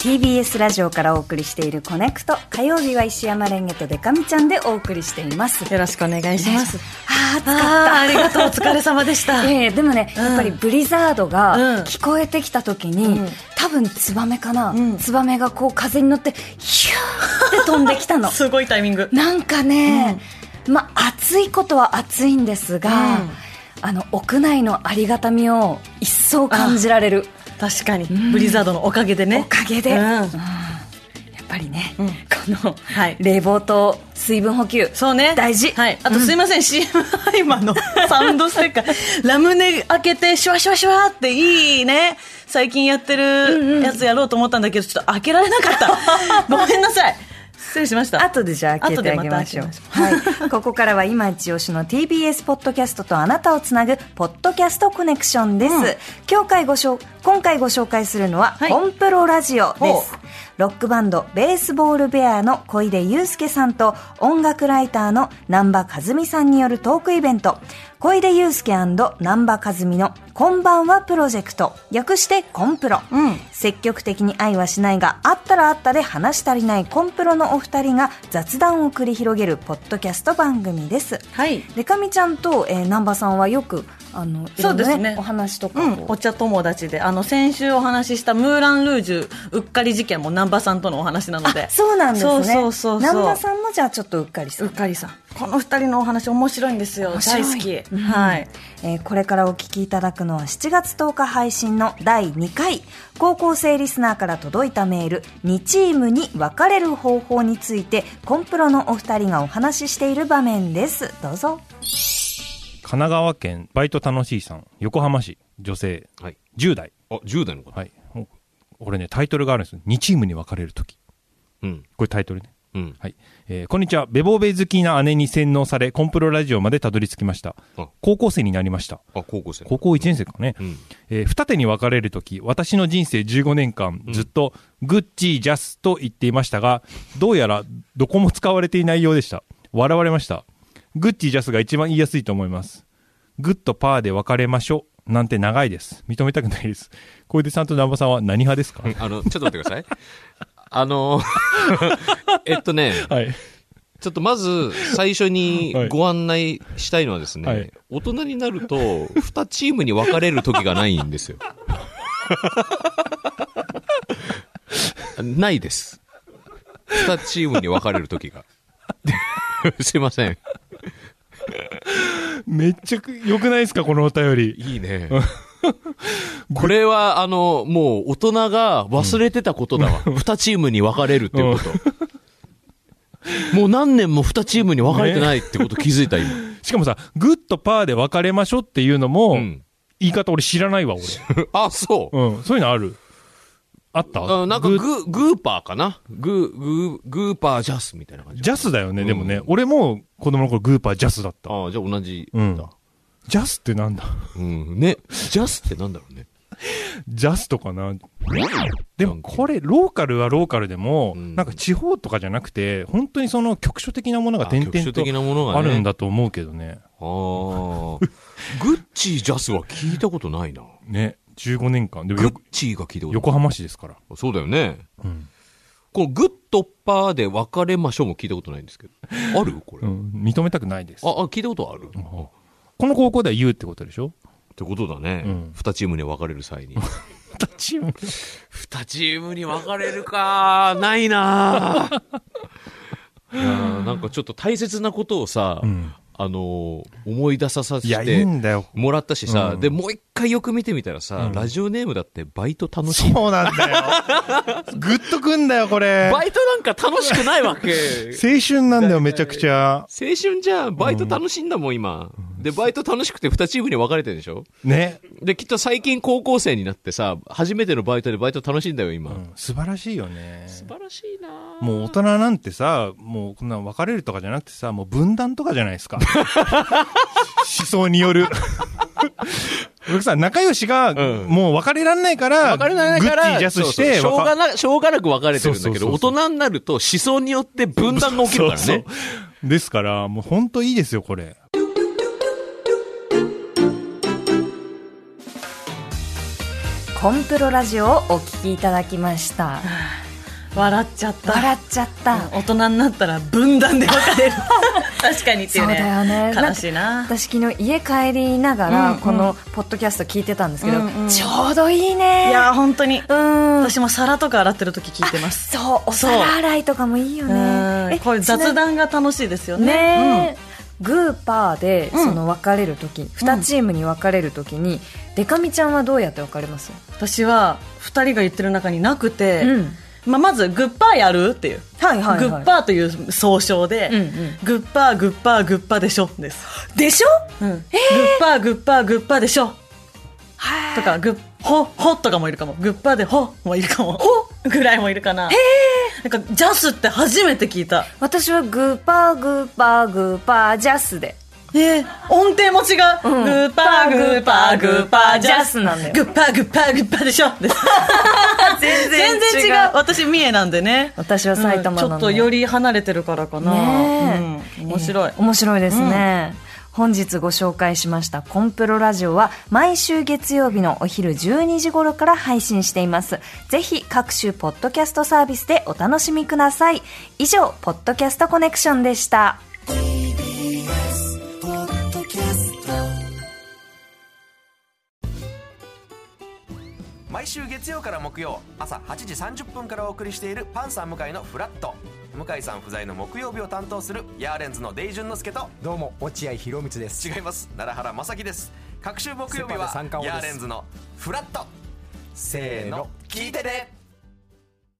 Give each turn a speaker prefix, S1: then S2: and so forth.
S1: TBS ラジオからお送りしている「コネクト」火曜日は石山レンゲとデカミちゃんでお送りしています
S2: よろしくお願いします
S1: あー暑かった
S2: あーありがとうお疲れ様でし た
S1: いやいやでもね、
S2: うん
S1: やっぱりブリザード
S2: うん
S1: が聞こえてきた時に、
S2: うん
S1: 多分ツバメかな、
S2: うん
S1: ツバメがこう風に乗ってヒューって飛んできたの
S2: すごいタイミング
S1: なんかね、まあ暑いことは暑いんですが、
S2: うん
S1: あの屋内のありがたみを一層感じられる
S2: 確かにブリザードのおかげで
S1: お
S2: ね
S1: かげで、
S2: うん
S1: うんやっぱりね、
S2: うん
S1: この
S2: はい
S1: 冷房と水分補給
S2: そうね
S1: 大事
S2: はい、あとすいません、CM 合間の サウンドステッカーラムネ開けてシュワシュワシュワっていいね最近やってるやつやろうと思ったんだけどちょっと開けられなかった ごめんなさい失礼しました
S1: 後でじゃあ開けてあげましょう
S2: 後でまた
S1: はい、ここからは今一押しの TBS ポッドキャストとあなたをつなぐポッドキャストコネクションです、
S2: うん
S1: 今回ご紹今回ご紹介するのは、
S2: はい
S1: コンプロラジオで
S2: ほう
S1: すロックバンドベースボールベアの小出祐介さんと音楽ライターの南波和美さんによるトークイベント小出祐介南波和美の「こんばんはプロジェクト」略して「コンプロ」
S2: うん
S1: 積極的に愛はしないがあったらあったで話し足りないコンプロのお二人が雑談を繰り広げるポッドキャスト番組です
S2: はい
S1: でかみちゃんと、えー、南波さんはよくあのいろ
S2: そうんで
S1: な
S2: すね
S1: お話とか
S2: う
S1: を、
S2: ん、お茶友達であの先週お話ししたムーラン・ルージュうっかり事件も南波さんとのお話なので
S1: あそうなんですね
S2: そうそうそうそう
S1: 南波さんもじゃあちょっとうっかりさ
S2: うんっかりさんこの二人のお話面白いんですよ
S1: 面白
S2: 大
S1: い
S2: 好き、
S1: うん
S2: はい
S1: えーこれからお聞きいただくのは7月10日配信の第2回高校生リスナーから届いたメール2チームに分かれる方法についてコンプロのお二人がお話ししている場面ですどうぞ
S3: 神奈川県バイト楽しいさん横浜市女性
S4: はい。
S3: 10代
S4: あ、10代の方。
S3: はいもうこれねタイトルがあるんです2チームに分かれる時
S4: うん。
S3: これタイトルね
S4: うん。
S3: はい、えーこんにちはベボーベ好きな姉に洗脳されコンプロラジオまでたどり着きました
S4: あ、
S3: 高校生になりました
S4: あ高校生。
S3: 高校1年生かね、
S4: うん。
S3: えー二手に分かれる時私の人生15年間ずっとグッチージャスと言っていましたがどうやらどこも使われていないようでした笑われましたグッチージャスが一番言いやすいと思いますグッとパーで別れましょうなんて長いです認めたくないです小出さんと南波さんは何派 ですか
S4: あの、ちょっと待って ください。あの、えっとね、
S3: はい
S4: ちょっとまず最初に
S3: はい
S4: ご案内したいのはですね、
S3: はい
S4: 大人になると2チームに分かれる時がない んですよ。ないです。2チームに分かれる 時が。すいません。
S3: めっちゃく良くないですかこのお便り
S4: いいね。これは、あの、もう大人が忘れてたことだわ。二、チームに分かれるっていうこと。もう何年も二チームに分かれてないってこと気づい た、今。
S3: しかもさグッとパーで別れましょうっていうのも、
S4: うん
S3: 言い方俺知らないわ俺、
S4: あ、そう。
S3: うん、そういうのあるあった
S4: あなんか
S3: グ
S4: グ
S3: ッ
S4: ー、グーパーかなグー、グー、グーパージャスみたいな感じ。
S3: ジャスだよね、でもね。俺も子供の頃グーパージャスだった。
S4: ああ、じゃあ同じ
S3: うん
S4: だ。
S3: ジャスってなんだ
S4: うん。ね。ジャスってなんだろうね。
S3: ジャスとかな。でもこれ、ローカルはローカルでも、
S4: うん
S3: なんか地方とかじゃなくて、本当にその局所的なものが点
S4: あ局所的なも
S3: 々
S4: のが
S3: と
S4: ね
S3: あるんだと思うけどね。
S4: ああ。 グッチージャスは聞いたことないな。
S3: ね。15年間。でも
S4: グ
S3: よ
S4: ッチーが聞いたことない。
S3: 横浜市ですから。
S4: そうだよね。
S3: うん。
S4: このグッドパーで別れましょうも聞いたことないんです けど。あるこ
S3: う
S4: れ。あ、
S3: ん。認めたくないです。
S4: あ、聞いたことある。
S3: うん
S4: あっ
S3: この高校では言うってことでしょ
S4: てことだ
S3: う
S4: ね
S3: ん。
S4: 二、チームに分かれ る際に。
S3: チーム。
S4: 二チームに分かれるかない なぁいやーなんかちょっと大切なことをさ、
S3: うん
S4: あのー思い出ささせ
S3: いや、いい
S4: て
S3: んだ よ。
S4: もらったしさ、
S3: うん
S4: で、もう一回よく見てみたらさ、ラジオネームだってバイト楽しい。
S3: そうなんだよ。 グッとくんだよ、これ。
S4: バイトなんか楽しくない わけ。
S3: 青春なんだよ、めちゃくちゃ。
S4: 青春じゃん。バイト楽しいんだもん、今。で、バイト楽しくて2チームに分かれてるでしょ
S3: ね。
S4: で、きっと最近高校生になってさ、初めてのバイトでバイト楽しいんだよ、今。
S3: うん素晴らしいよね。
S4: 素晴らしいなぁ
S3: もう大人なんてさ、もうこんなん別れるとかじゃなくてさ、もう分断とかじゃないですか。 思想による。僕さ、仲良しが、
S4: うん
S3: もう別れらんないから、
S4: 別れないか
S3: グッチ
S4: ら、
S3: ージャスして、
S4: そうそうしょう
S3: わ
S4: が
S3: か
S4: な、しょうがなく分かれてるんだけ
S3: そう
S4: ど、
S3: そ
S4: 大
S3: うそう
S4: 人になると思想によって分断が起きるからね。
S3: そうそうですから、もう本当いいですよ、これ。
S1: コンプロラジオをお聞きいただきま した
S2: 笑っちゃった
S1: 笑っちゃった、
S2: 大人になったら分断で 別れる確かにってい
S1: そうう
S2: ね
S1: だよね
S2: 悲しいなん
S1: か私昨日家帰りながら
S2: うんうん
S1: このポッドキャスト聞いてたんですけど、
S2: うんうん
S1: ちょうどいいね
S2: いや本当に
S1: うん
S2: 私も皿とか洗ってる時聞いてます
S1: そうお皿洗いとかもいいよ
S2: うん
S1: ね
S2: こういう雑談が楽しいですよね
S1: ねえ、グーパーで
S2: うん
S1: その分かれる時、二2チームに分かれる時に、デカミちゃんはどうやって分かれます、
S2: うん私は二人が言ってる中になくて、
S1: うん
S2: まあ、まずグッパーやるっていう、
S1: はいはいはい
S2: グッパーという総称で、
S1: うんうん
S2: グッパーグッパーグッパーでしょです、
S1: でしょ
S2: うんグッパーグッパーグッパーでしょ
S1: はい
S2: とかグッホホとかもいるかもグッパーでホもいるかもホぐらいもいるかなへえなんかジャスって初めて聞いた
S1: 私はグーパーグーパーグーパージャスで
S2: えー、音程も違う、
S1: うん
S2: グッパーグッパーグッパージャス
S1: ジャスなんだよ
S2: グッパーグッパーグッパーでしょです
S1: 全
S2: 全然違う私三重なんでね
S1: 私は埼玉なので
S2: うんちょっとより離れてるからかな、
S1: ねえ
S2: うん面白い
S1: えー面白いですね、本日ご紹介しましたコンプロラジオは毎週月曜日のお昼12時頃から配信しています。ぜひ各種ポッドキャストサービスでお楽しみください。以上、ポッドキャストコネクションでした。
S5: 毎週月曜から木曜朝8時30分からお送りしているパンサー向井のフラット向井さん不在の木曜日を担当するヤーレンズのデイジュンの之介と
S6: どうも落合博満です
S5: 違います奈良原正樹です各週木曜日
S6: セパで三
S5: は
S6: 冠王
S5: ヤー
S6: です
S5: レンズのフラット
S6: せ
S5: せーの聞いてね